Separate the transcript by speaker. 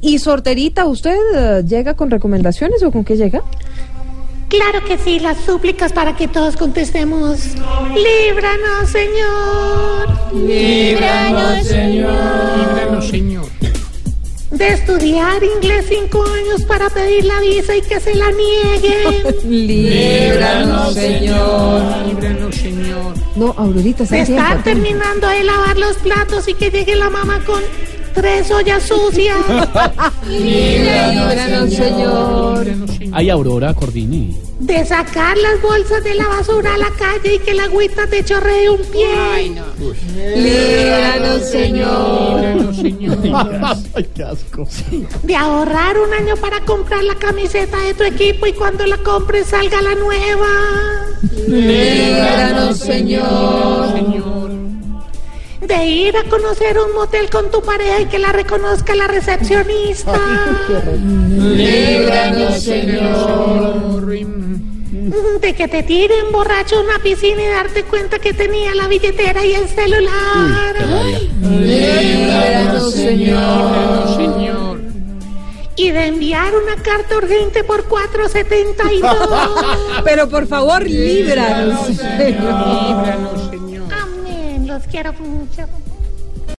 Speaker 1: Y sorterita, ¿usted eh, llega con recomendaciones o con qué llega?
Speaker 2: Claro que sí, las súplicas para que todos contestemos. Líbranos, Señor,
Speaker 3: Líbranos, Señor. Líbranos, Señor.
Speaker 2: de estudiar inglés cinco años para pedir la visa y que se la nieguen.
Speaker 3: Líbranos, Señor. Líbranos, Señor.
Speaker 1: No, Aurorita,
Speaker 2: De
Speaker 1: está
Speaker 2: estar terminando de lavar los platos y que llegue la mamá con tres ollas sucias.
Speaker 3: Líbranos, Señor. Líbranos, Señor.
Speaker 4: Hay Aurora Cordini.
Speaker 2: De sacar las bolsas de la basura a la calle y que la agüita te chorree un pie.
Speaker 3: Líbranos, Señor. Líbranos, Señor.
Speaker 4: Ay, qué asco.
Speaker 2: De ahorrar un año para comprar la camiseta de tu equipo y cuando la compres salga la nueva.
Speaker 3: Líbranos, Señor.
Speaker 2: De ir a conocer un motel con tu pareja y que la reconozca la recepcionista.
Speaker 3: Líbranos, Señor.
Speaker 2: De que te tiren borracho a una piscina y darte cuenta que tenía la billetera y el celular.
Speaker 3: Líbranos, Señor. Señor.
Speaker 2: Y de enviar una carta urgente por 472.
Speaker 1: Pero por favor, líbranos.
Speaker 3: Líbranos, Señor.
Speaker 2: Amén, los quiero mucho.